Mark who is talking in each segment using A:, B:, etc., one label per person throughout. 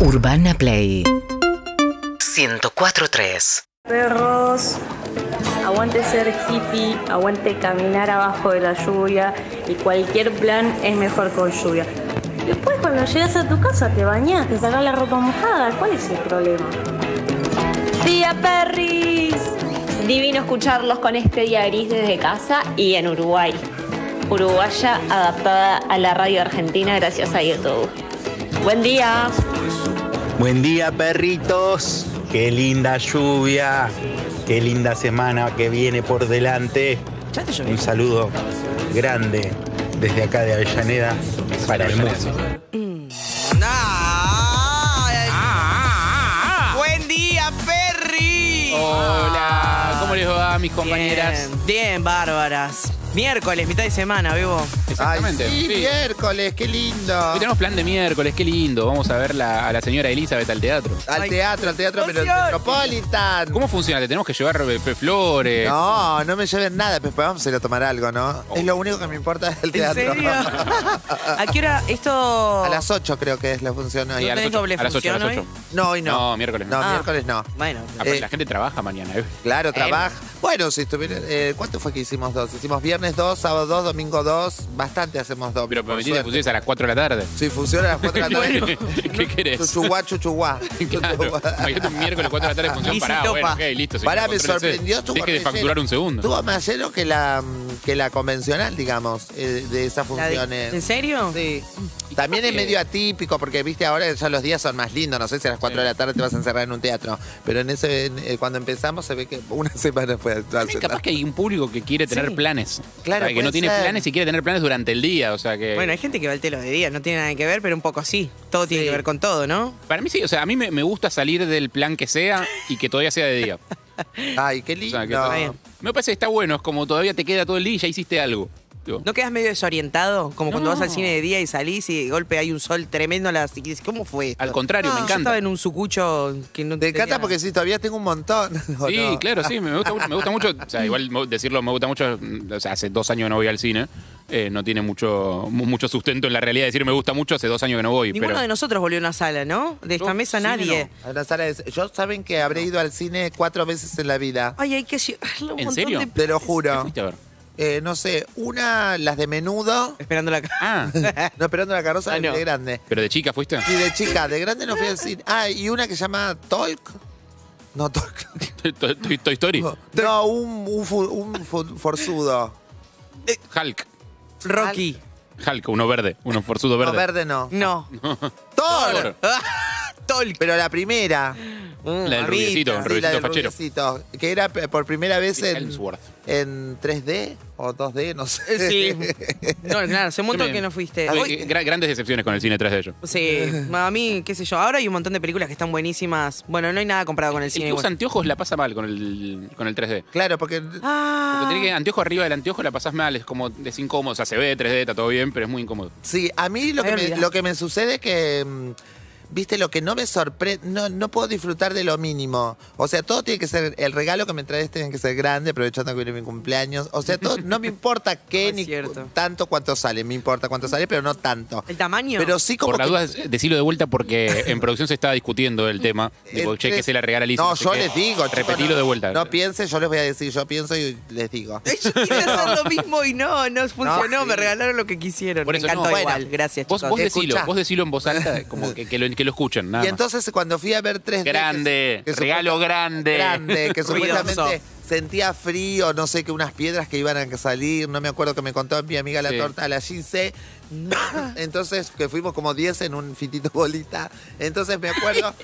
A: Urbana Play 104.3
B: Perros, aguante ser hippie, aguante caminar abajo de la lluvia y cualquier plan es mejor con lluvia. Después cuando llegas a tu casa te bañas, te sacas la ropa mojada, ¿cuál es el problema?
C: Día Perris. Divino escucharlos con este día gris desde casa y en Uruguay. Uruguaya adaptada a la radio argentina gracias a YouTube. Buen día.
D: Buen día, perritos. Qué linda lluvia. Qué linda semana que viene por delante. Un saludo grande desde acá de Avellaneda para el mundo.
E: Ah,
F: Ay. Buen día, Perry.
E: Hola, ¿cómo les va, mis compañeras?
F: Bien, bien, bárbaras. Miércoles, mitad de semana, vivo.
E: Exactamente.
G: Ay, sí,
E: sí.
G: miércoles, qué lindo.
E: Hoy tenemos plan de miércoles, qué lindo. Vamos a ver la- a la señora Elizabeth al teatro.
G: Al
F: Ay.
G: teatro, al teatro pero
F: Emoción.
G: Metropolitan.
E: ¿Cómo funciona? ¿Te tenemos que llevar eh, fe- flores?
G: No, no me lleven nada, pero vamos a ir a tomar algo, ¿no? Es lo único que me importa del
F: ¿En
G: teatro.
F: serio? ¿A qué hora esto?
G: A las 8 creo que es la función hoy.
E: Sí, a las
F: tenés
E: ocho,
F: doble
E: a las ocho, a las
F: función
E: ocho.
G: No, hoy no.
E: No, miércoles.
G: No,
F: Ah.
G: miércoles no.
F: Bueno,
E: Ah, pero
G: Eh.
E: la gente trabaja mañana. ¿eh?
G: Claro, trabaja. Bueno, si estuviera. eh, ¿Cuánto fue que hicimos dos? Hicimos viernes dos, sábado dos, domingo dos. Bastante hacemos dos.
E: Pero
G: por
E: prometí que
G: suerte.
E: pusieras a las 4 de la tarde.
G: Sí, funciona a las 4 de la tarde.
E: ¿Qué querés?
G: Chuchuá, chuchuá.
E: Claro, imagínate un miércoles 4 de la tarde en función
F: Y se
E: parada. Bueno,
F: topa.
E: ok, listo. señora,
G: Pará, me
E: contrólese.
G: sorprendió
E: Deje
G: tu
E: de
G: cordillera.
E: facturar un segundo.
G: Estuvo más lleno que la, mm, que la convencional, digamos, eh, de esas
F: la de-
G: funciones.
F: ¿En serio?
G: Sí. También es
E: qué?
G: medio atípico porque, viste, ahora ya los días son más lindos. No sé si a las 4 de la tarde te vas a encerrar en un teatro. Pero en ese en- eh, cuando empezamos se ve que una semana fue.
E: También capaz que hay un público que quiere tener
F: Sí.
E: planes.
G: Claro,
E: O sea, que no
G: puede
E: tiene
G: ser.
E: planes y quiere tener planes durante el día. O sea que.
F: Bueno, hay gente que va al telo de día, no tiene nada que ver, pero un poco sí. Todo tiene que ver con todo, ¿no?
E: Para mí sí, o sea, a mí me, me gusta salir del plan que sea y que todavía sea de día.
G: Ay, qué
E: O
G: lindo.
E: sea, que está-
F: bien.
E: me parece que está bueno, es como todavía te queda todo el día y ya hiciste algo. Digo,
F: ¿No quedas medio desorientado? Como cuando
E: No.
F: vas al cine de día y salís y de golpe hay un sol tremendo a las... y dices, ¿Cómo fue esto?
E: Al contrario,
F: No,
E: me
F: yo
E: encanta.
F: estaba en un sucucho que no
G: Te encanta
F: tenía-
G: porque sí, todavía tengo un montón. ¿o
E: Sí,
G: no?
E: claro, sí, me gusta, mu- me gusta mucho. O sea, igual mo- decirlo, me gusta mucho. mm, O sea, hace dos años no voy al cine. eh, no tiene mucho, mu- mucho sustento en la realidad decir me gusta mucho, hace dos años que no voy.
F: Ninguno
E: pero
F: de nosotros volvió a una sala, ¿no? De esta
E: Yo,
F: mesa
E: cine,
F: nadie.
E: no.
G: A la sala de- Yo saben que habré ido al cine cuatro veces en la vida.
F: Ay, hay que llevarlo un
E: ¿En
F: montón
E: serio?
F: de...
G: Te lo juro.
E: fuiste a ver?
G: Eh, no sé, una, las de menudo.
F: Esperando la cara.
E: Ah,
G: No esperando la carroza,
F: Ah, no.
G: de grande.
E: pero de chica fuiste.
G: Y de chica, de grande no fui al cine. Ah, y una que se llama Talk. No, Talk.
E: Toy- Toy Toy Story,
G: No, un, un, fu- un fu- forzudo.
E: Hulk.
F: Rocky.
E: Hulk, uno verde, uno forzudo
G: Verde.
E: verde.
G: No, verde no.
F: No.
G: Thor.
F: Tolk.
G: Pero la
E: La
G: primera.
E: del
F: Mm, Mamita.
E: rubiecito, el
G: Sí,
E: rubiecito
G: la del
E: fachero.
G: rubiecito, Que era p- por primera vez en,
E: Hemsworth.
G: en 3D o 2D, no sé.
F: Eh, Sí. No, claro, hace un montón
E: Yo me-
F: que no fuiste.
E: Tuve
F: Hoy-
E: gra- grandes decepciones con el cine tras de ello.
F: Sí, a mí, qué sé yo. Ahora hay un montón de películas que están buenísimas. Bueno, no hay nada comparado con el
E: El
F: cine.
E: que usa
F: igual.
E: anteojos la pasa mal con el, con el 3D.
G: Claro, porque
F: Ah,
E: Porque tenés que anteojo arriba del anteojo la pasás mal, es como es incómodo, o sea, se ve 3D, está todo bien, pero es muy incómodo.
G: Sí, a mí lo,
F: Me
G: que
F: había
G: me,
F: olvidado.
G: lo que me sucede es que, mm, viste, lo que no me sorprende, no, no puedo disfrutar de lo mínimo. O sea, todo tiene que ser, el regalo que me traes tiene que ser grande, aprovechando que viene mi cumpleaños. O sea, todo, no me importa qué
F: Es
G: ni
F: cierto.
G: cu- tanto cuánto sale, me importa cuánto sale, pero no tanto.
F: el tamaño.
G: Pero sí como
E: Por la
G: que-
E: duda, decirlo de vuelta porque en producción se estaba discutiendo el tema. Digo,
G: el
E: che, que
G: tres-
E: se la regala Lisa.
G: No,
E: sé
G: yo
E: qué.
G: les digo. chicos,
E: Repetilo
G: no-
E: de vuelta.
G: No piensen, yo les voy a decir, yo pienso y les digo.
F: Yo quise hacer lo mismo y no, no funcionó.
G: sí.
F: Me regalaron lo que quisieron.
E: Por
F: Me
E: eso,
F: encantó
E: no,
F: igual.
E: bueno.
F: Gracias,
E: Vos,
F: chicos.
E: vos
G: Escuchá.
E: decilo, vos decilo en voz alta, como que, que lo, que lo escuchen, nada
G: Y
E: más.
G: entonces cuando fui a ver 3D... que-
E: Grande, regalo
G: supuesta-
E: grande.
G: Grande, que
F: Ruidoso.
G: supuestamente sentía frío, no sé, que unas piedras que iban a salir, no me acuerdo que me contó mi amiga la
E: Sí.
G: torta, la Gise. Entonces, que fuimos como 10 en un fitito bolita. Entonces me acuerdo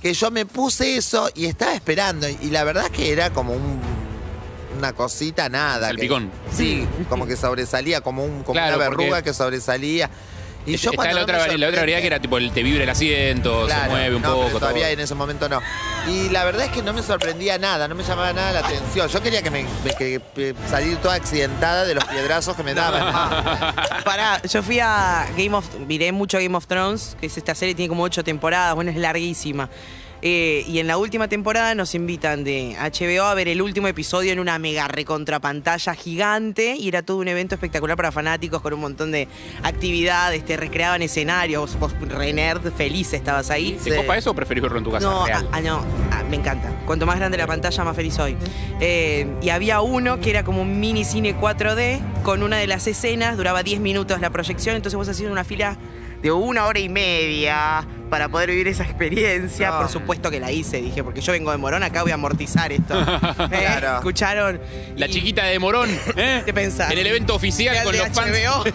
G: que yo me puse eso y estaba esperando. Y la verdad es que era como un- Una cosita, nada. que-
E: Salpicón.
G: sí, como que sobresalía, como, un, como
E: Claro,
G: una
E: porque-
G: verruga que sobresalía. Y
E: Es-
G: yo
E: está
G: cuando
E: la
G: no me
E: otra, vari- la otra
G: sorprende-
E: variedad que era tipo el te vibra el asiento, se
G: Claro,
E: mueve un
G: no, pero
E: poco.
G: Todavía
E: todo.
G: en ese momento no. Y la verdad es que no me sorprendía nada, no me llamaba nada la atención. Yo quería que me, me- que- que salir toda accidentada de los piedrazos que me daban.
F: Pará, yo fui a Game of... Miré mucho Game of Thrones, que es esta serie, tiene como ocho temporadas. Bueno, es larguísima. Eh, y en la última temporada nos invitan de HBO a ver el último episodio en una mega recontrapantalla gigante. Y era todo un evento espectacular para fanáticos con un montón de actividades. Te recreaban escenarios. Vos, re nerd, feliz estabas ahí.
E: ¿Te copa eso o preferís verlo en tu casa?
F: No,
E: real.
F: ah, ah, no, ah, me encanta. Cuanto más grande la pantalla, más feliz soy. Eh, y había uno que era como un mini cine 4D con una de las escenas, duraba 10 minutos la proyección, entonces vos hacías una fila de una hora y media para poder vivir esa experiencia.
G: No.
F: Por supuesto que la hice, dije, porque yo vengo de Morón, acá voy a amortizar esto. ¿Me
G: Claro.
F: escucharon?
E: La
F: Y-
E: chiquita de Morón, ¿eh?
F: ¿Qué pensás?
E: En el evento oficial
F: Real
E: con
F: de
E: los fans.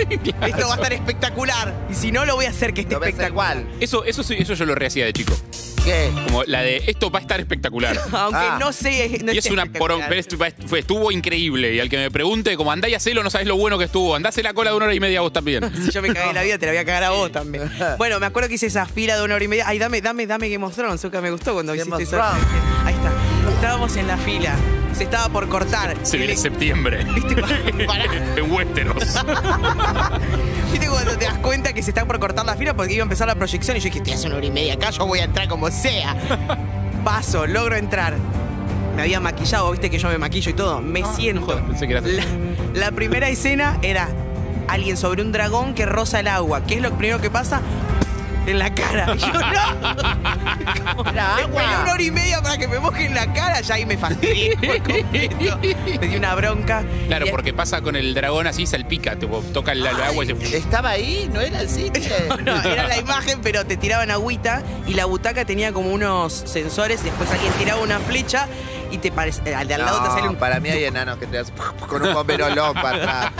F: HBO. Esto va a estar espectacular. Y si no, lo voy a hacer que esté
G: Lo ves
F: espectacular.
G: igual.
E: Eso, eso, sí- eso yo lo rehacía de chico.
G: ¿Qué?
E: Como la de esto va a estar espectacular.
F: Aunque
G: Ah.
F: no sé. No
E: y es
F: esté
E: una
F: espectacular.
E: porón, pero estu- fue- estuvo, increíble. Y al que me pregunte, como andá y hacelo, no sabes lo bueno que estuvo. Andá a hacer la cola de una hora y media vos también.
F: Si yo me cagué la vida, te la voy a cagar a vos también. Bueno, me acuerdo que hice esa fila de una hora y media. Ay, dame, dame, dame Game of Thrones. Zucca, me gustó cuando
G: Game
F: hiciste
G: of
F: eso.
G: Thrones.
F: Ahí está. Estábamos en la fila. Se estaba por cortar.
E: Se
F: Y
E: viene
F: le-
E: septiembre.
F: ¿Viste? Pará.
E: en Westeros.
F: ¿Viste cuando te das cuenta que se está por cortar la fila porque iba a empezar la proyección? Y yo dije, te hace una hora y media acá, yo voy a entrar como sea. Paso, logro entrar. Me había maquillado, viste que yo me maquillo y todo. Me siento.
E: Ah, joder, pensé que eras-
F: la, la primera escena era alguien sobre un dragón que roza el agua. ¿Qué es lo primero que pasa? En la cara. Y yo no. Como,
G: ¿Era agua?
F: esperé una hora y media para que me mojen la cara. Ya ahí me fastidié por completo. Me di una bronca.
E: Claro,
F: Y-
E: porque pasa con el dragón así, salpica, tipo, toca el, el agua y se.
G: ¿Estaba ahí? ¿No era el cine?
F: No, era la imagen, pero te tiraban agüita y la butaca tenía como unos sensores y después alguien tiraba una flecha y te parece, al de al lado te sale un...
G: para mí hay enanos que te hacen con un bomberolón para atrás.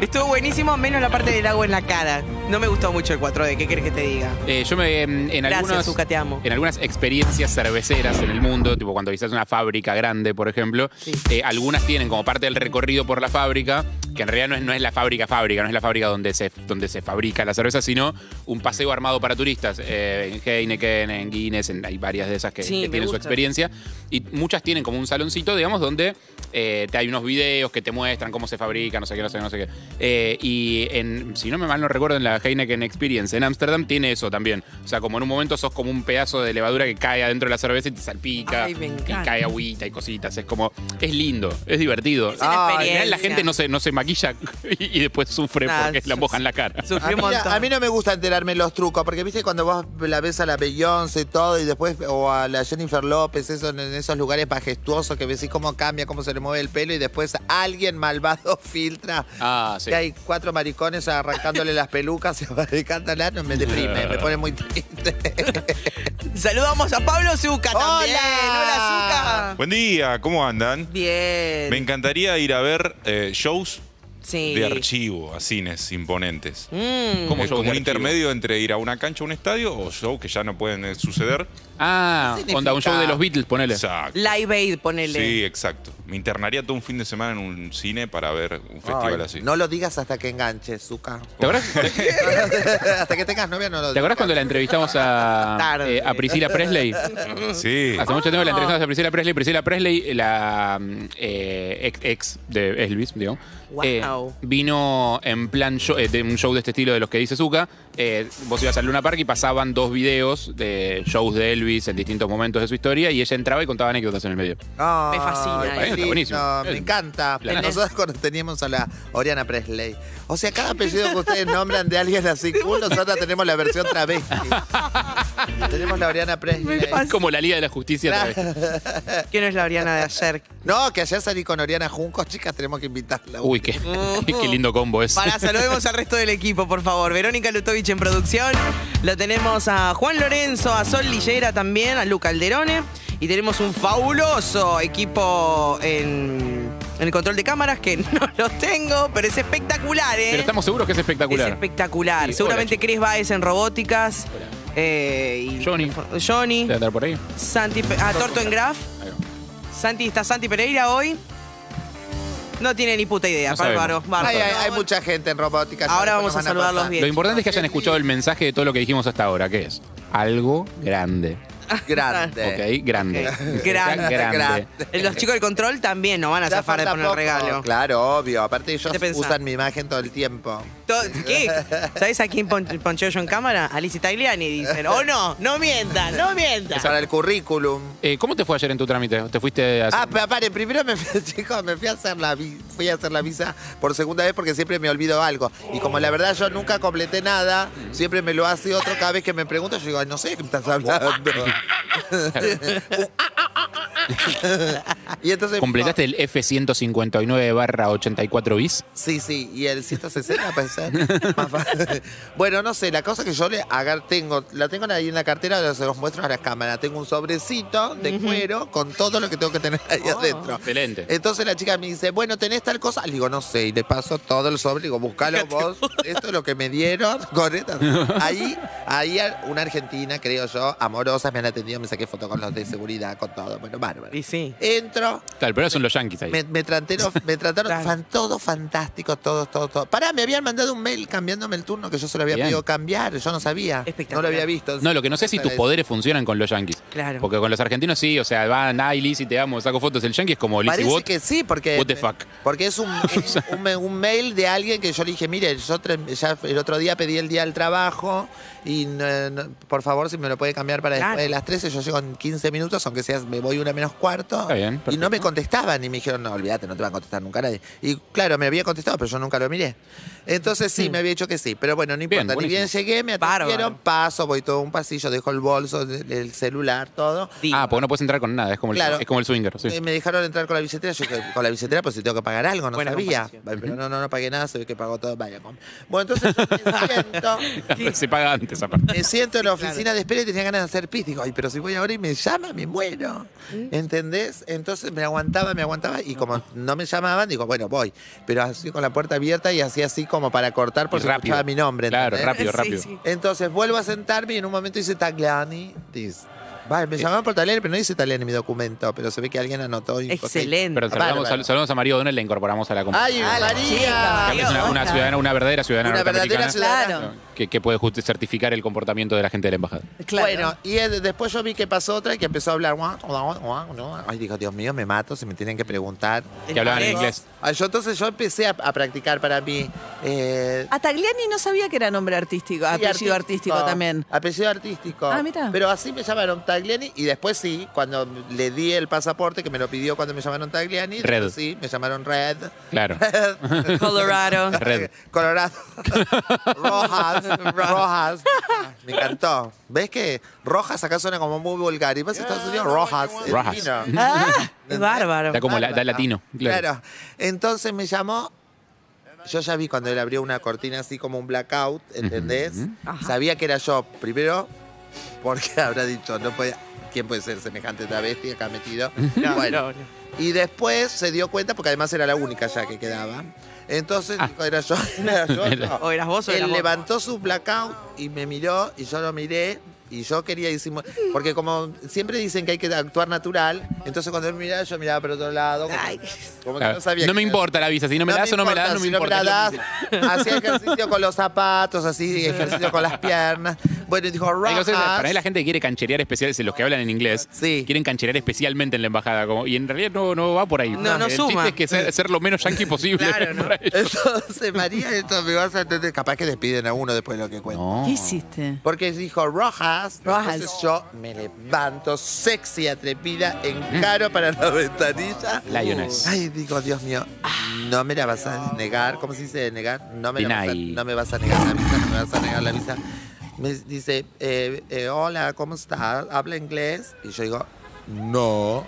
F: Estuvo buenísimo, menos la parte del agua en la cara. No me gustó mucho el 4D, ¿qué querés que te diga?
E: Eh, yo me em, en
F: Gracias,
E: algunos-
F: Zucca, te amo.
A: eh,
E: en algunas experiencias cerveceras en el mundo, tipo cuando visitas una fábrica grande, por ejemplo, eh, algunas tienen como parte del recorrido por la fábrica, que en realidad no es, no es la fábrica fábrica, no es la fábrica donde se, donde se fabrica la cerveza, sino un paseo armado para turistas. eh, en Heineken, en Guinness, en- hay varias de esas que,
F: Sí, me
E: que tienen su
F: gusta.
E: experiencia. Y muchas tienen como un saloncito, digamos, donde eh, te hay unos videos que te muestran cómo se fabrica, no sé qué, no sé qué, no sé qué. Eh, y en, si no me mal no recuerdo, en la Heineken Experience en Ámsterdam tiene eso también. O sea, como en un momento sos como un pedazo de levadura que cae adentro de la cerveza y te salpica.
F: Ay, me
E: y
F: encanta.
E: cae agüita y cositas. Es como, es lindo, es divertido.
F: una
E: Ah,
F: experiencia.
E: en general la gente no se, no se maquilla y, y después sufre
F: Nah,
E: porque la
F: yo-
E: mojan la cara.
F: Sufrí un
G: A mí,
F: montón.
G: a mí no me gusta enterarme los trucos, porque viste cuando vos la ves a la Beyoncé y todo, y después, o a la Jennifer López, eso, en esos lugares majestuosos que ves y cómo cambia, cómo se le mueve el pelo, y después alguien malvado filtra.
E: Ah, sí.
G: Y hay cuatro maricones arrancándole las pelucas y arrancándolas, no me deprime, me pone muy triste.
F: Saludamos a Pablo Zuca también.
G: Hola.
F: Hola, Zuca.
A: Buen día, ¿cómo andan?
F: Bien.
A: Me encantaría ir a ver eh, shows
F: Sí.
A: de archivo a cines imponentes.
F: Mm.
E: Como shows
A: es como
E: de
A: un
E: archivo.
A: intermedio entre ir a una cancha, a un estadio o shows que ya no pueden eh, suceder.
E: Ah,
G: ¿Qué
E: onda, un show
G: significa?
E: de los Beatles, ponele.
A: Exacto.
F: Live Aid, ponele.
A: Sí, exacto. Me internaría todo un fin de semana en un cine para ver un festival
G: Ay,
A: así.
G: No lo digas hasta que enganches, Zuka.
E: ¿Te acordás? ¿Te-
G: hasta que tengas novia no lo digas.
E: ¿Te acuerdas cuando la entrevistamos a,
F: Tarde.
E: eh, a Priscila Presley?
A: Sí.
E: Hace mucho tiempo la entrevistamos a Priscila Presley. Priscila Presley, la mm, eh, ex, ex de Elvis, digamos,
F: Wow.
E: vino en plan show- eh, de un show de este estilo de los que dice Zuka. Eh, vos ibas al Luna Park y pasaban dos videos de shows de Elvis en distintos momentos de su historia y ella entraba y contaba anécdotas en el medio.
G: Ay,
F: Me fascina
G: qué
F: eso.
E: Está
G: lindo,
E: buenísimo.
G: Me
E: El-
G: encanta.
E: la-
G: Nosotros cuando teníamos a la Oriana Presley. O sea, cada apellido que ustedes nombran de alguien así cool, nosotros tenemos la versión travesti. tenemos la Oriana Presley.
F: Me fascina.
E: Como la Liga de la Justicia. otra vez.
F: Que no es la Oriana de ayer.
G: No, que ayer salí con Oriana Junco, chicas, tenemos que invitarla.
E: Uy, qué, qué lindo combo es.
F: Para, saludemos al resto del equipo, por favor. Verónica Lutovich en producción. Lo tenemos a Juan Lorenzo, a Sol Lillera también, a Luca Alderone. Y tenemos un fabuloso equipo en, en el control de cámaras que no lo tengo, pero es espectacular, ¿eh?
E: Pero estamos seguros que es espectacular.
F: Es espectacular.
E: Sí,
F: Seguramente
E: hola,
F: Chris Baez en robóticas. eh, y-
E: Johnny.
F: Johnny.
E: ¿Te va a andar por ahí?
F: Santi. Pe- Ah, Torto en Graf.
E: Ahí va.
F: Santi, ¿está Santi Pereira hoy? No tiene ni puta idea,
E: No sabemos.
F: bárbaro. bárbaro.
G: Ay, ay, hay mucha gente en robótica.
F: Ahora
G: ya después
F: vamos
G: nos
F: a
G: van
F: saludarlos
G: pasar.
F: bien.
E: Lo importante es que hayan escuchado el mensaje de todo lo que dijimos hasta ahora, que es algo grande.
G: Grande.
E: Ok, grande.
F: Ok.
E: Grande.
G: Grande.
E: grande.
F: Eh, Los chicos del control también no van a
G: Ya
F: zafar de
G: falta
F: poner el
G: poco.
F: regalo.
G: Claro, obvio. Aparte ellos
F: ¿Qué pensás?
G: usan mi imagen todo el tiempo.
F: to- ¿qué? ¿Sabes a quién pon- poncheo yo en cámara? A Lizzie Tagliani, dicen. Oh, no, no mientan, no mientan.
G: Es para el currículum.
E: Eh, ¿Cómo te fue ayer en tu trámite? ¿Te fuiste a...
G: Ah, pero pare, primero me fui, chicos, me fui a hacer la vi- fui a hacer la visa por segunda vez porque siempre me olvido algo. Y como la verdad yo nunca completé nada, siempre me lo hace otro cada vez que me pregunta, yo digo, "Ay, no sé de qué me estás hablando. Uh, ah, y entonces
E: ¿Completaste el F-159 barra 84 bis?
G: Sí, sí, y el 160 puede ser. Más fácil. bueno, no sé, la cosa que yo le agar tengo, la tengo ahí en la cartera, ahora se los muestro a la cámara. Tengo un sobrecito de cuero con todo lo que tengo que tener ahí adentro.
E: Excelente.
G: Entonces la chica me dice, bueno, ¿tenés tal cosa? Le digo, no sé, y le paso todo el sobre, le digo, buscalo vos, esto es lo que me dieron, con esta- Ahí, ahí una argentina, creo yo, amorosa, me han atendido, me saqué foto con los de seguridad, con todo, bueno, bárbaro.
F: Y sí.
G: Entro,
E: Tal, pero son los yankees ahí.
G: me, me trataron, me trataron
F: Claro.
G: fan, todos fantásticos, todos, todos, todos. Pará, me habían mandado un mail cambiándome el turno que yo se lo había
E: Bien.
G: pedido cambiar, yo no sabía. No
F: Espectacular.
G: lo había visto.
E: No, lo que no sé es si tus poderes funcionan con los yankees.
F: Claro.
E: Porque con los argentinos sí, o sea, van, ay, Lizzy, te amo, saco fotos. El yankee es como Lizzy
G: Parece
E: Watt.
G: que sí, porque.
E: what the fuck.
G: Porque es un, es un, un mail de alguien que yo le dije, mire, yo tre- ya el otro día pedí el día del trabajo y no- no- por favor, si me lo puede cambiar para
F: Claro.
G: después de las 13, yo llego en 15 minutos, aunque sea me voy una menos cuarto.
E: Está bien,
G: y no
E: perfecto.
G: me contestaban y me dijeron, no, olvídate, no te va a contestar nunca nadie. Y claro, me había contestado, pero yo nunca lo miré. Entonces sí, me había dicho que sí, pero bueno, no
E: Bien,
G: importa. Ni bien
E: buenísimo.
G: llegué, me
F: Mm. Bárbaro.
G: atendieron, paso, voy todo un pasillo, dejo el bolso, el celular, todo.
E: Ah, porque no puedes entrar con nada, es como el,
G: Claro.
E: es como el swinger. sí.
G: Eh, me dejaron entrar con la billetera. Yo dije, con la billetera, pues si tengo que pagar algo, no
F: Buena
G: sabía.
F: comparación.
G: Ay, Pero no, no, no pagué nada, se ve que pagó todo vaya Bueno, entonces yo me siento,
E: Se paga antes, aparte.
G: me siento en la oficina de espera y tenía ganas de hacer pis. Digo, ay, pero si voy ahora y me llama, me muero. ¿Entendés? Entonces me aguantaba, me aguantaba y como no me llamaban, digo, bueno, voy. Pero así con la puerta abierta y así así como para cortar porque
E: Y rápido.
G: escuchaba mi nombre.
E: Claro,
G: ¿entendés?
E: rápido,
F: Sí,
E: rápido.
F: sí.
G: Entonces vuelvo a sentarme y en un momento dice Tagliani. Dice, vale,
B: Eh.
G: me llamaron por Tagliani, pero no dice Tagliani en mi documento, pero se ve que alguien anotó. y-
F: Excelente.
E: Pero saludamos,
G: Bárbaro.
E: saludamos a María O'Donnell, la incorporamos a la compañía.
G: ¡Ay,
B: Ah, la
G: María!
B: chica,
E: Que es una, una ciudadana, una verdadera ciudadana
G: Una verdadera
E: norteamericana
G: ciudadana.
E: que, que puede justi- certificar el comportamiento de la gente de la embajada.
B: Claro.
G: Bueno, y eh, después yo vi que pasó otra y que empezó a hablar. "Guau, guau, guau, guau". Ay, digo, Dios mío, me mato si me tienen que preguntar.
E: Que hablaban en inglés.
G: Ay, Ah, yo entonces yo empecé a, a practicar para mí. eh,
B: A Tagliani no sabía que era nombre artístico,
G: sí,
B: apellido artístico, también.
G: Apellido artístico.
B: Ah, mirá.
G: Pero así me llamaron Tagliani y después sí, cuando le di el pasaporte que me lo pidió cuando me llamaron Tagliani,
E: Red.
G: después sí, me llamaron Red.
E: Claro.
F: Colorado.
E: Red.
G: Colorado. Rojas. Rojas. Me encantó. ¿Ves que Rojas acá suena como muy vulgar? Y más en Estados Unidos, Rojas. es
E: Rojas.
G: divino.
F: Ah, es bárbaro.
E: Está como la- da latino.
G: Claro.
E: Claro.
G: Entonces me llamó. Yo ya vi cuando él abrió una cortina así como un blackout, ¿entendés? Sabía que era yo. Primero, porque habrá dicho, no puede, ¿quién puede ser semejante travesti acá metido? bueno.
F: No, no.
G: Y después se dio cuenta, porque además era la única ya que quedaba. Entonces
E: Ah.
G: dijo, era yo, era yo. no.
F: O eras vos o
G: Él
F: eras vos.
G: levantó su blackout y me miró y yo lo miré y yo quería disimular. Porque como siempre dicen que hay que actuar natural, entonces cuando él me miraba, yo miraba por otro lado. Como, como que
E: Claro.
G: no sabía.
E: No me
G: qué-
E: importa la visa, si no me la das o no me la das, no me
G: si
E: importa.
G: me la das, hacía ejercicio con los zapatos, así ejercicio con las piernas. Bueno, y dijo,
E: Hay que hacer-
G: Rojas.
E: para mí la gente que quiere cancherear especiales, los que hablan en inglés,
G: Sí.
E: quieren cancherear especialmente en la embajada. como- y en realidad no, no va por ahí.
F: No, no
E: El
F: suma.
E: chiste es que ser, ser lo menos yankee posible.
F: Claro, ¿no?
G: Entonces, María, esto me vas a entender. Capaz que despiden a uno después de lo que cuento.
E: No.
B: ¿Qué hiciste?
G: Porque dijo Rojas.
B: Rojas.
G: Entonces yo me levanto sexy, atrevida, encaro para la ventanilla.
E: Mm. Lioness.
G: Ay, digo, Dios mío, no me la vas a negar. ¿Cómo se dice negar? No me, la vas a,
E: Deny.
G: no me vas a negar la visa, no me vas a negar la visa. Me dice, eh, eh, hola, ¿cómo estás? ¿Habla inglés? Y yo digo, no.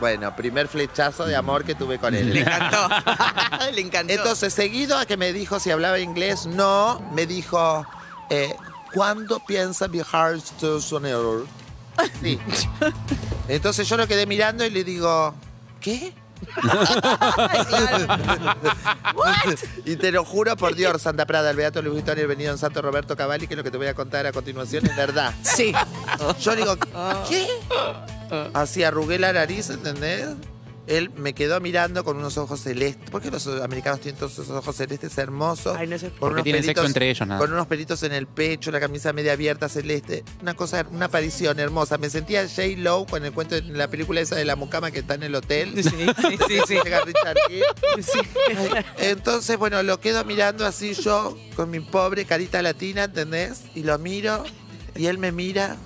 G: bueno, primer flechazo de amor que tuve con él.
F: Le encantó. Le encantó.
G: Entonces, seguido a que me dijo si hablaba inglés, no, me dijo, eh, ¿cuándo piensa viajar a Estados Unidos? Sí. Entonces yo lo quedé mirando y le digo, ¿qué? y te lo juro por Dios, Santa Prada, el Beato Luis Vittorio, el venido en Santo Roberto Cavalli, que lo que te voy a contar a continuación es verdad.
B: Sí.
G: Yo digo, ¿qué? Así arrugué la nariz, ¿entendés? él me quedó mirando con unos ojos celestes. ¿Por qué los americanos tienen todos esos ojos celestes hermosos?
F: Ay, no sé.
G: Con
E: Porque
G: unos
E: tienen sexo
G: pelitos-
E: entre ellos, nada.
G: Con unos pelitos en el pecho, la camisa media abierta celeste. Una cosa, una aparición hermosa. Me sentía J. Lowe con el cuento en la película esa de la mucama que está en el hotel.
F: Sí, sí, sí, sí.
G: Llega Richard Gere. Entonces, bueno, lo quedo mirando así yo, con mi pobre carita latina, ¿entendés? Y lo miro, y él me mira,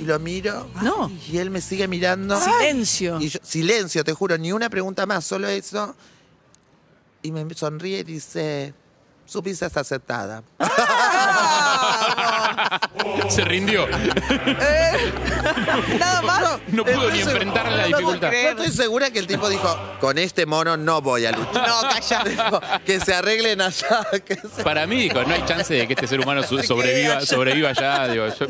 G: y lo miro.
H: No.
G: Y él me sigue mirando.
H: Silencio.
G: Y yo- silencio, te juro, ni una pregunta más, solo eso. Y me sonríe y dice, su pizza está aceptada.
F: Ah,
E: Se rindió.
F: Nada más.
E: No pudo ni enfrentar la dificultad.
G: Yo estoy segura que el tipo dijo, con este mono no voy a luchar.
F: No, calla.
G: Dijo, que se arreglen allá. que se-
E: Para mí, dijo, no hay chance de que este ser humano su- sobreviva, sobreviva ya. Digo, yo-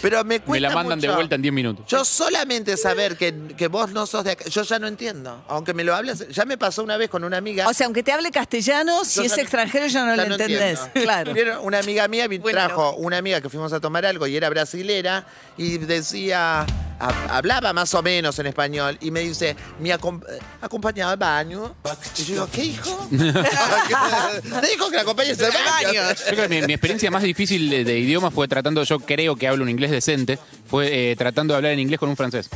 G: Pero me cuesta
E: me la mandan de
G: mucho.
E: vuelta en 10 minutos.
G: Yo solamente saber que, que vos no sos de acá, yo ya no entiendo. Aunque me lo hables, ya me pasó una vez con una amiga.
H: O sea, aunque te hable castellano, si
G: Yo
H: es
G: ya-
H: extranjero ya no
G: ya
H: lo entendés.
G: entiendo.
H: Claro.
G: Vieron, Una amiga mía vi- trajo una amiga que fuimos a tomar algo y era brasilera y decía, ha- hablaba más o menos en español y me dice, me acom- eh, acompañaba al baño. Y yo digo, ¿qué hijo? Te dijo que la acompañes al baño.
E: Yo creo que mi, mi experiencia más difícil de, de idioma fue tratando, yo creo que hablo un inglés decente, fue eh, tratando de hablar en inglés con un francés.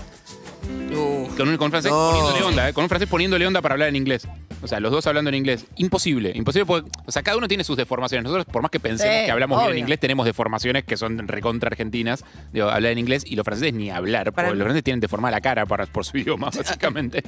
E: Con un, con un francés
G: No.
E: poniéndole onda, eh, con un francés poniéndole onda para hablar en inglés. O sea, los dos hablando en inglés. Imposible, imposible porque, o sea, cada uno tiene sus deformaciones. Nosotros, por más que pensemos
H: Sí,
E: que hablamos bien en
H: obvio.
E: inglés, tenemos deformaciones que son recontra argentinas. Digo, hablar en inglés y los franceses ni hablar, porque
F: Para mí-
E: los franceses tienen deformada la cara para, por su idioma, básicamente.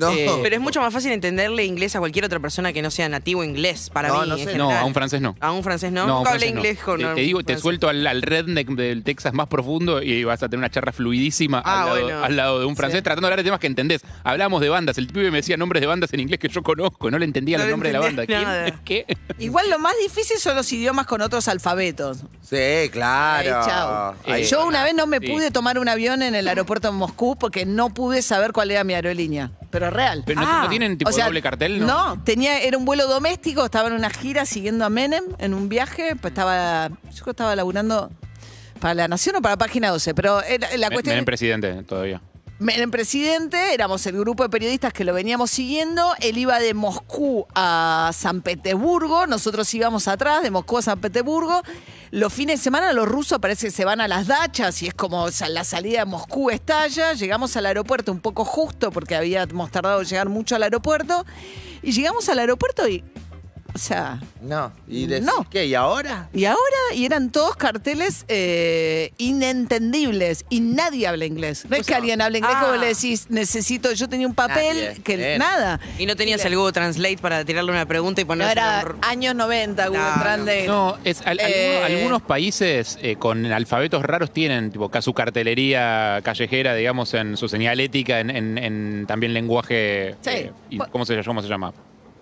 G: No.
H: Eh,
F: Pero es mucho más fácil entenderle inglés a cualquier otra persona que no sea nativo inglés, para
G: No,
F: mí.
G: no
F: en
G: sé.
E: No,
F: general.
E: a un francés no.
F: A un francés no.
E: un
F: Nunca hablé
E: francés no.
F: inglés con
E: Te,
F: un
E: te digo, te
F: francés.
E: suelto al, al redneck del Texas más profundo y vas a tener una charla fluidísima
F: Ah,
E: al, lado,
F: bueno.
E: al lado de un francés tratando de hablar de temas que entendés. Hablamos de bandas, el pibe me decía nombres de bandas en inglés que yo conozco, no le entendía
F: No
E: el
F: le
E: nombre de la banda.
F: entendía nada.
E: ¿Quién? ¿Qué?
H: Igual lo más difícil son los idiomas con otros alfabetos.
G: Sí, claro.
H: Ay, chao. Eh,
E: Ahí
H: Yo
E: está.
H: una vez no me
E: Eh, Sí.
H: pude tomar un avión en el aeropuerto de Moscú porque no pude saber cuál era mi aerolínea. Pero real.
E: Pero no- no tienen tipo doble cartel, ¿no?
H: tenía, era un vuelo doméstico, estaba en una gira siguiendo a Menem en un viaje, pues estaba, yo creo que estaba laburando para La Nación o para Página 12, pero era- la
E: Me-
H: cuestión...
E: me ven presidente todavía.
H: Menem presidente, éramos el grupo de periodistas que lo veníamos siguiendo. Él iba de Moscú a San Petersburgo, nosotros íbamos atrás, de Moscú a San Petersburgo. Los fines de semana los rusos parece que se van a las dachas y es como o sea, la salida de Moscú estalla. Llegamos al aeropuerto un poco justo porque habíamos tardado en llegar mucho al aeropuerto. Y llegamos al aeropuerto y, o sea,
G: No. ¿Y decís,
H: No.
G: qué? ¿Y ahora?
H: y ahora, y eran todos carteles eh, inentendibles. Y nadie habla inglés. No es que alguien hable inglés,
F: Ah.
H: como le decís, necesito, yo tenía un papel
G: Nadie,
H: que
G: bien.
H: nada.
F: Y no tenías el Google Translate para tirarle una pregunta y
H: No
F: ponerse.
H: era años 90, Google
F: No, no.
H: Translate.
E: No, es, al- alguno-
H: Eh.
E: algunos países eh, con alfabetos raros tienen tipo, ca- su cartelería callejera, digamos, en su señalética, en, en- en también lenguaje.
H: Sí.
E: eh, y-
H: Bueno.
E: ¿Cómo se llama? ¿Cómo se llama?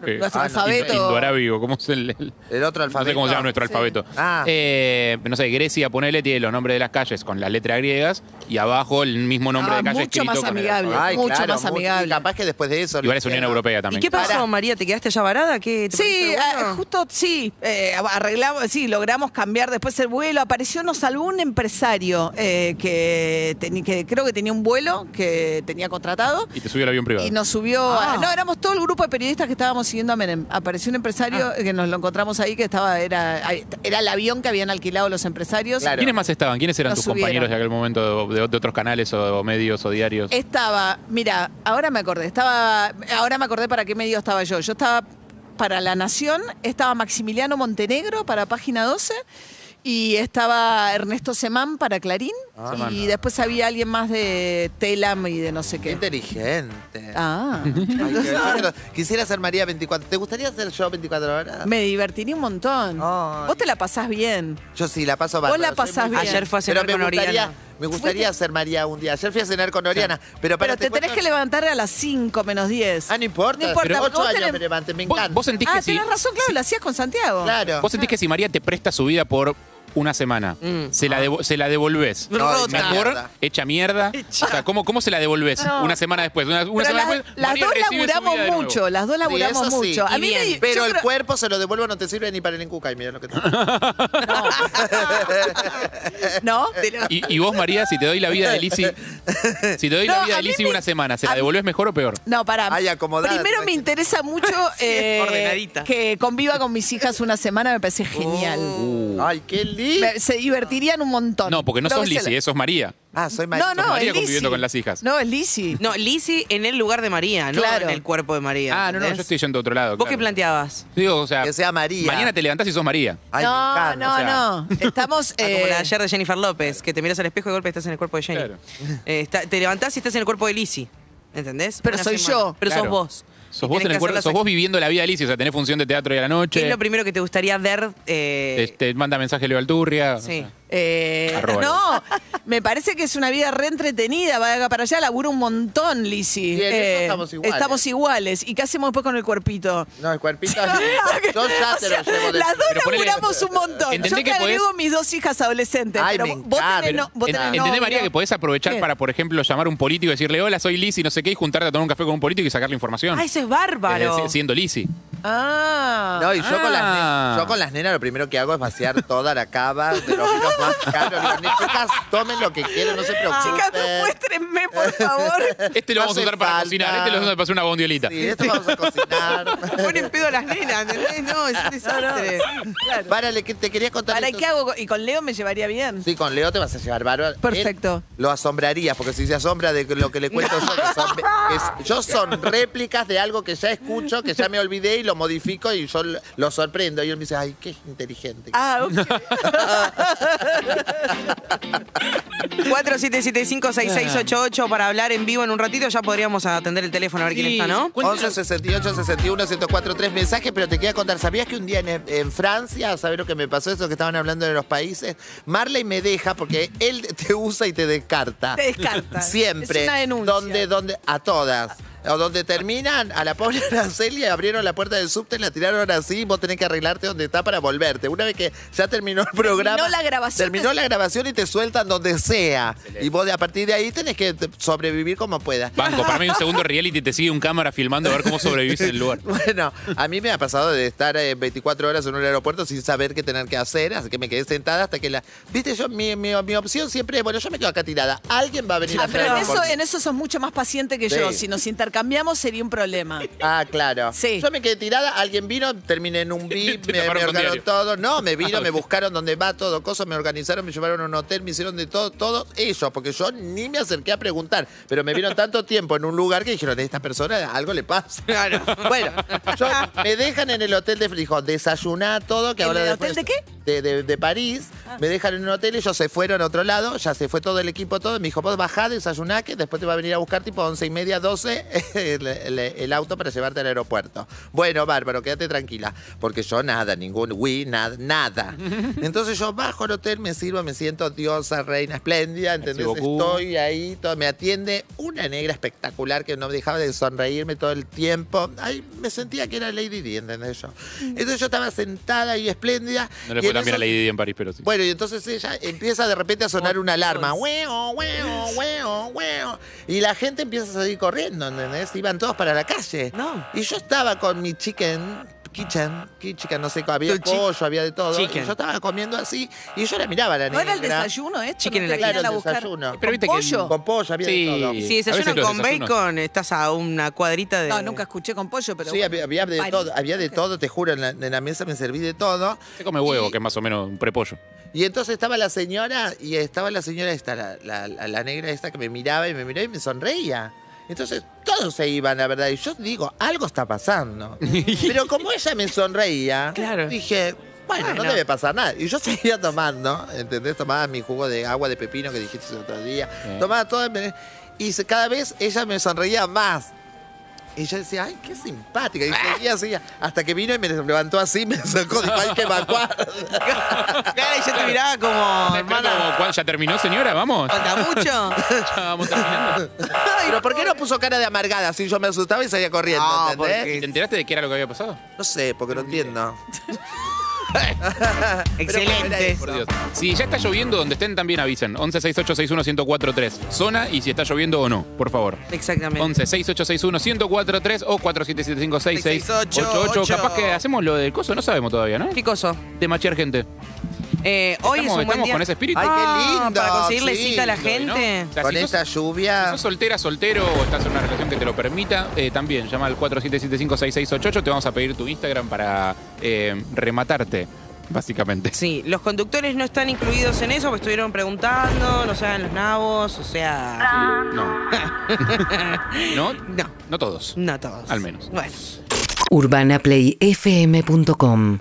E: Eh,
H: Nuestro
G: ah, no,
H: alfabeto.
E: Indoarábigo, ¿cómo es el, el-
G: El otro
E: No sé
G: alfabeto.
E: cómo se llama nuestro alfabeto.
G: Ah.
E: Eh, no sé, Grecia, ponele, tiene los nombres de las calles con las letras griegas y abajo el mismo nombre
H: Ah,
E: de calle
H: mucho
E: escrito
H: más
E: con el
H: amigable.
E: alfabeto.
H: Mucho más
G: mu-
H: amigable.
G: Y capaz que después de eso.
E: Igual es Unión
G: ¿no?
E: Europea
F: ¿Y
E: también.
F: qué pasó,
G: Pará.
F: María? ¿Te quedaste ya varada? ¿Qué, te
H: Sí,
F: parece
H: ah,
F: bueno?
H: justo sí, eh, arreglamos, sí, logramos cambiar después el vuelo. Apareció, nos salvó un empresario eh, que, teni- que creo que tenía un vuelo que tenía contratado.
E: Y te subió el avión privado.
H: Y nos subió. a- no, éramos todo el grupo de periodistas que estábamos siguiendo a Menem. Apareció un empresario eh, que nos lo encontramos ahí, que estaba era, era el avión que habían alquilado los empresarios.
G: Claro.
E: ¿Quiénes más estaban? ¿Quiénes eran
H: Nos
E: tus
H: subieron.
E: compañeros de aquel momento de, de otros canales o, o medios o diarios?
H: Estaba, mira, ahora me acordé, estaba, ahora me acordé para qué medio estaba yo. Yo estaba para La Nación, estaba Maximiliano Montenegro para Página 12 y estaba Ernesto Semán para Clarín
E: Ah.
H: y después había alguien más de Telam y de no sé
G: Qué
H: qué.
G: inteligente.
H: Ah,
G: Ay, qué- yo quiero- quisiera ser María 24. ¿Te gustaría ser yo 24 horas?
H: me divertiría un montón.
G: Ay.
H: Vos te la pasás bien.
G: Yo sí, la paso
H: la
G: bárbaro. soy
H: pasás
G: muy-
H: bien.
F: Ayer fue a
G: Pero
F: cenar con
G: me gustaría,
F: Oriana.
G: Me gustaría ser María un día. Ayer fui a cenar con Oriana. Pero, para,
H: Pero te tenés que levantar a las 5 menos 10.
G: Ah, no importa.
H: No importa,
G: Pero
H: porque
G: ocho
H: vos
G: años
H: tenés-
G: me levanté, me
E: ¿Vos,
G: encanta.
E: vos sentís
H: Ah,
E: que si,
H: tenés razón, claro, lo hacías con Santiago.
G: Claro.
E: vos sentís que si María te presta su vida por una semana.
F: Mm.
E: Se, la devo- se la devolvés.
F: No,
G: Ay,
F: Rota.
E: Mejor
G: mierda.
E: hecha mierda. O sea, ¿cómo, cómo se la devolvés?
C: No.
E: Una semana después. Una,
H: Pero
E: una semana
H: las,
E: después.
H: las
E: María
H: dos
E: recibe su
H: laburamos
E: vida de nuevo.
H: mucho, las dos
G: Sí,
H: laburamos
G: eso sí.
H: mucho. A
F: Y
H: mí
F: bien.
H: me,
G: Pero
H: yo
G: el
H: creo-
G: cuerpo se lo devuelvo, no te sirve ni para el encuca. Y mira lo que te
F: Eh,
H: ¿No?
E: Y, y vos, María, si te doy la vida de Lizzy, si te doy la
H: No,
E: vida
H: a
E: de
H: mí
E: Lizzy
H: me-
E: una semana, ¿se
H: a
E: la
H: mí-
E: devolvés mejor o peor?
H: No, para.
G: Ay, acomodada,
H: Primero me
G: tranquila.
H: interesa mucho eh,
F: ordenadita.
H: que conviva con mis hijas una semana, me parece genial.
G: Ay, qué lindo.
H: Me- se divertirían un montón.
E: No, porque no
H: Creo
E: sos
H: que se la-
E: Lizzy, eh, sos María.
G: Ah, soy
H: No,
G: maestro.
H: no,
E: María
H: es
E: conviviendo
H: Lizzy.
E: con las hijas. Ah,
H: No, es Lizzy.
F: No, Lizzie en el lugar de María, no
H: Claro.
F: en el cuerpo de María.
E: Ah, no, no, yo
F: ¿entendés?
E: estoy yendo a otro lado.
F: ¿Vos
E: claro.
F: qué planteabas?
E: Digo, o sea,
G: Que sea María.
E: mañana te levantás y sos María.
G: Ay, me
H: eh, no,
G: encanta.
H: no,
E: o sea.
H: no. Estamos.
F: Ah, como
H: eh,
F: la de ayer de Jennifer López, que te miras al espejo y de golpe estás en el cuerpo de Jenny.
E: Claro.
F: Eh, está- te levantás y estás en el cuerpo de Lizzie. ¿Entendés?
H: Pero soy yo.
F: Pero
E: Claro.
F: sos vos.
E: Sos
F: Y
E: vos,
F: tenés que
E: en el
F: hacer
E: cuerpo-
F: las
E: sos vos viviendo la vida de Lizzy, o sea, tenés función de teatro de la
F: ¿Qué es
E: noche.
F: lo primero que te gustaría ver? eh,
E: Te, te manda mensaje Leo Alturria.
F: Sí.
H: eh,
E: Arroba.
H: no, me parece que es una vida re entretenida. Va de acá para allá, labura un montón, Lizzy.
G: Y en
F: Eh,
G: eso estamos iguales.
H: Estamos iguales. ¿Y qué hacemos después con el cuerpito?
G: No, el cuerpito. Yo ya te
H: O sea,
G: lo llevo de
H: Las dos
E: Pero ponele-
H: laburamos un montón.
E: Entendé
H: Yo te
E: que podés-
H: agrego mis dos hijas adolescentes.
G: Ay,
H: pero
G: me
H: vos
G: encanta.
H: tenés, no, vos
E: En-
H: tenés
E: ¿Entendés,
H: novio.
E: María, que podés aprovechar
H: ¿Qué?
E: para, por ejemplo, llamar a un político y decirle, hola, soy Lizzy, no sé qué, y juntarte a tomar un café con un político y sacarle información?
F: Ah, eso es
E: Eh,
F: bárbaro.
E: si- siendo Lizzy.
H: Ah.
G: No, y yo, con las
E: Ah.
G: ne- yo con las nenas lo primero que hago es vaciar toda la cava de los vinos más caros. Digo, "Ne- chicas, tomen lo que quieran, no se
F: Ah,
G: preocupen.
H: Chicas, muéstrenme, por favor.
E: Este lo
G: No
E: vamos a
G: hace
E: usar para
G: falta.
E: cocinar, este lo vamos a usar para hacer una bondiolita.
G: Sí, esto vamos a cocinar.
F: Ponen pedo a las nenas, ¿entendés? No, es un desastre.
G: Párale, que te quería contar
H: ¿Para
G: esto.
H: qué hago? con- Y con Leo me llevaría bien.
G: Sí, con Leo te vas a llevar bárbaro.
H: Perfecto.
G: Él lo asombrarías, porque si se asombra de lo que le cuento yo, que son, que es- yo son réplicas de algo que ya escucho, que ya me olvidé y lo modifico y yo lo- lo sorprendo. Y él me dice, ay, qué inteligente.
H: Ah, ok.
F: 47756688 para hablar en vivo en un ratito. Ya podríamos atender el teléfono a ver quién
E: Sí.
F: está, ¿no?
G: 11 68 61 104 3 mensajes, pero te quería contar, ¿sabías que un día en, en Francia, ¿sabes lo que me pasó? Eso que estaban hablando de los países. Marley me deja porque él te usa y te descarta.
H: Te descarta.
G: Siempre.
H: Es una denuncia.
G: Donde, donde, a todas. O donde terminan, a la pobre Araceli abrieron la puerta del subte, la tiraron así, y vos tenés que arreglarte donde está para volverte. Una vez que ya terminó el programa.
H: la grabación.
G: Terminó la grabación y te sueltan donde sea. Y vos de- a partir de ahí tenés que t- sobrevivir como puedas.
E: Banco, para mí hay un segundo reality te sigue un cámara filmando a ver cómo sobrevivís en el lugar.
G: Bueno, a mí me ha pasado de estar eh, 24 horas en un aeropuerto sin saber qué tener que hacer, así que me quedé sentada hasta que la. Viste, yo mi, mi- mi opción siempre es, bueno, yo me quedo acá tirada. Alguien va a venir a
H: Ah, pero en
G: traerme por
H: eso,
G: mí.
H: en eso sos mucho más paciente que yo.
G: Sí.
H: Si nos intercambiamos sería un problema.
G: Ah, claro.
H: Sí.
G: Yo me quedé tirada, alguien vino, terminé en un VIP,
E: Te
G: me,
E: taparon
G: me
E: con
G: ordenaron
E: diario. Ah,
G: todo. No, me vino, me buscaron donde va todo, cosas, me organizaron, me llevaron a un hotel, me hicieron de todo, todo ellos, porque yo ni me acerqué a preguntar, pero me vieron tanto tiempo en un lugar que dijeron, a esta persona algo le pasa.
F: Claro.
G: Bueno, yo- me dejan en el hotel de Frijón, desayuná todo, que
H: ¿En
G: ahora
H: el
G: después-
H: hotel de qué? Ah.
G: De, de- de París, me dejan en un hotel, ellos se fueron a otro lado, ya se fue todo el equipo, todo, me dijo, vos bajá, desayuná, que después te va a venir a buscar tipo once y media, 12, el, el- el auto para llevarte al aeropuerto. Bueno, bárbaro, quédate tranquila, porque yo nada, ningún Wii, nada, nada. Entonces yo bajo al hotel, me sirvo, me siento diosa, reina espléndida, ¿entendés?
E: Merci beaucoup.
G: Estoy y ahí todo, me atiende una negra espectacular que no dejaba de sonreírme todo el tiempo. Ay, me sentía que era Lady Di, ¿entendés yo? Entonces yo estaba sentada y espléndida.
E: Mm. No le
G: y
E: fue
G: en
E: tan bien a
G: eso-
E: Lady Di en París, pero sí.
G: Bueno, y entonces ella empieza de repente a sonar una alarma. Hueo, hueo, hueo, hueo. Y la gente empieza a salir corriendo, ¿entendés? Iban todos para la calle.
F: No.
G: Y yo estaba con mi chicken, kitchen, kitchen, no sé, había
F: Tu chi-
G: pollo, había de todo. Y
F: chicken.
G: yo estaba comiendo así y yo la miraba a la
H: ¿No
G: negra.
H: era el desayuno esto?
F: Chicken
H: ¿No te
F: en la
H: venían
G: Claro,
H: a
G: el
H: buscar?
G: desayuno.
E: Pero viste que-
H: pollo?
G: Con pollo, había
E: Sí.
G: de todo.
F: Y
E: Sí,
F: si
E: a veces
F: desayunan
E: los
F: con
E: desayunos.
F: bacon, estás a una cuadrita de.
H: No, nunca escuché con pollo, pero
G: Sí,
H: bueno.
G: había, había de
H: París.
G: todo, había de todo, te juro, en la, en la mesa me serví de todo.
E: Se come huevo, que es más o menos un prepollo.
G: Y entonces estaba la señora, y estaba la señora esta, la, la- la- la negra esta que me miraba y me miraba y me sonreía. Entonces todos se iban, la verdad. Y yo digo, algo está pasando. Pero como ella me sonreía,
F: Claro.
G: dije, bueno, no
F: Bueno.
G: debe pasar nada. Y yo seguía tomando, ¿entendés? Tomaba mi jugo de agua de pepino que dijiste el otro día. Tomaba todo. Y se- cada vez ella me sonreía más. Y yo decía, ay, qué simpática. Y seguía, seguía. Hasta que vino y me levantó así, me sacó de que evacuar.
F: Claro, y yo te miraba como.
G: Ah,
E: Está esperando
F: hermana,
E: como, "¿Cuál- ¿Ya terminó, señora? Vamos.
F: ¿Falta mucho?
E: Ya vamos terminando.
G: Pero ¿por qué no puso cara de amargada? Así yo me asustaba y salía corriendo,
F: No,
G: ¿entendés?
E: ¿Te enteraste de qué era lo que había pasado?
G: No sé, porque no entiendo.
F: Excelente.
E: Por Dios. Si ya está lloviendo, donde estén también avisen. 11 6861 1043. Zona y si está lloviendo o no, por favor.
F: Exactamente.
E: 11 6861 1043 o 4775
F: 668.
E: 6688. Capaz que hacemos lo del coso, no sabemos todavía, ¿no?
F: ¿Qué coso?
E: De machear gente.
F: Eh, hoy
E: Estamos-
F: es un buen
E: estamos
F: día.
E: con ese espíritu.
G: Ay, qué
F: Ah,
G: lindo,
F: Para conseguirle
G: sí,
F: cita a la
E: lindo, ¿no?
F: gente.
E: O sea,
G: Con
E: si sos-
G: esta lluvia.
E: ¿Sos soltera, soltero o estás en una relación que te lo permita? eh, también llama al 47756688. Te vamos a pedir tu Instagram para eh, rematarte, básicamente.
F: Sí, los conductores no están incluidos en eso, porque estuvieron preguntando, no se hagan los nabos, o
E: Ah.
F: sea.
E: No. ¿No?
F: No,
E: No todos.
F: no todos.
E: Al menos.
F: Bueno.
I: urbanaplayfm.com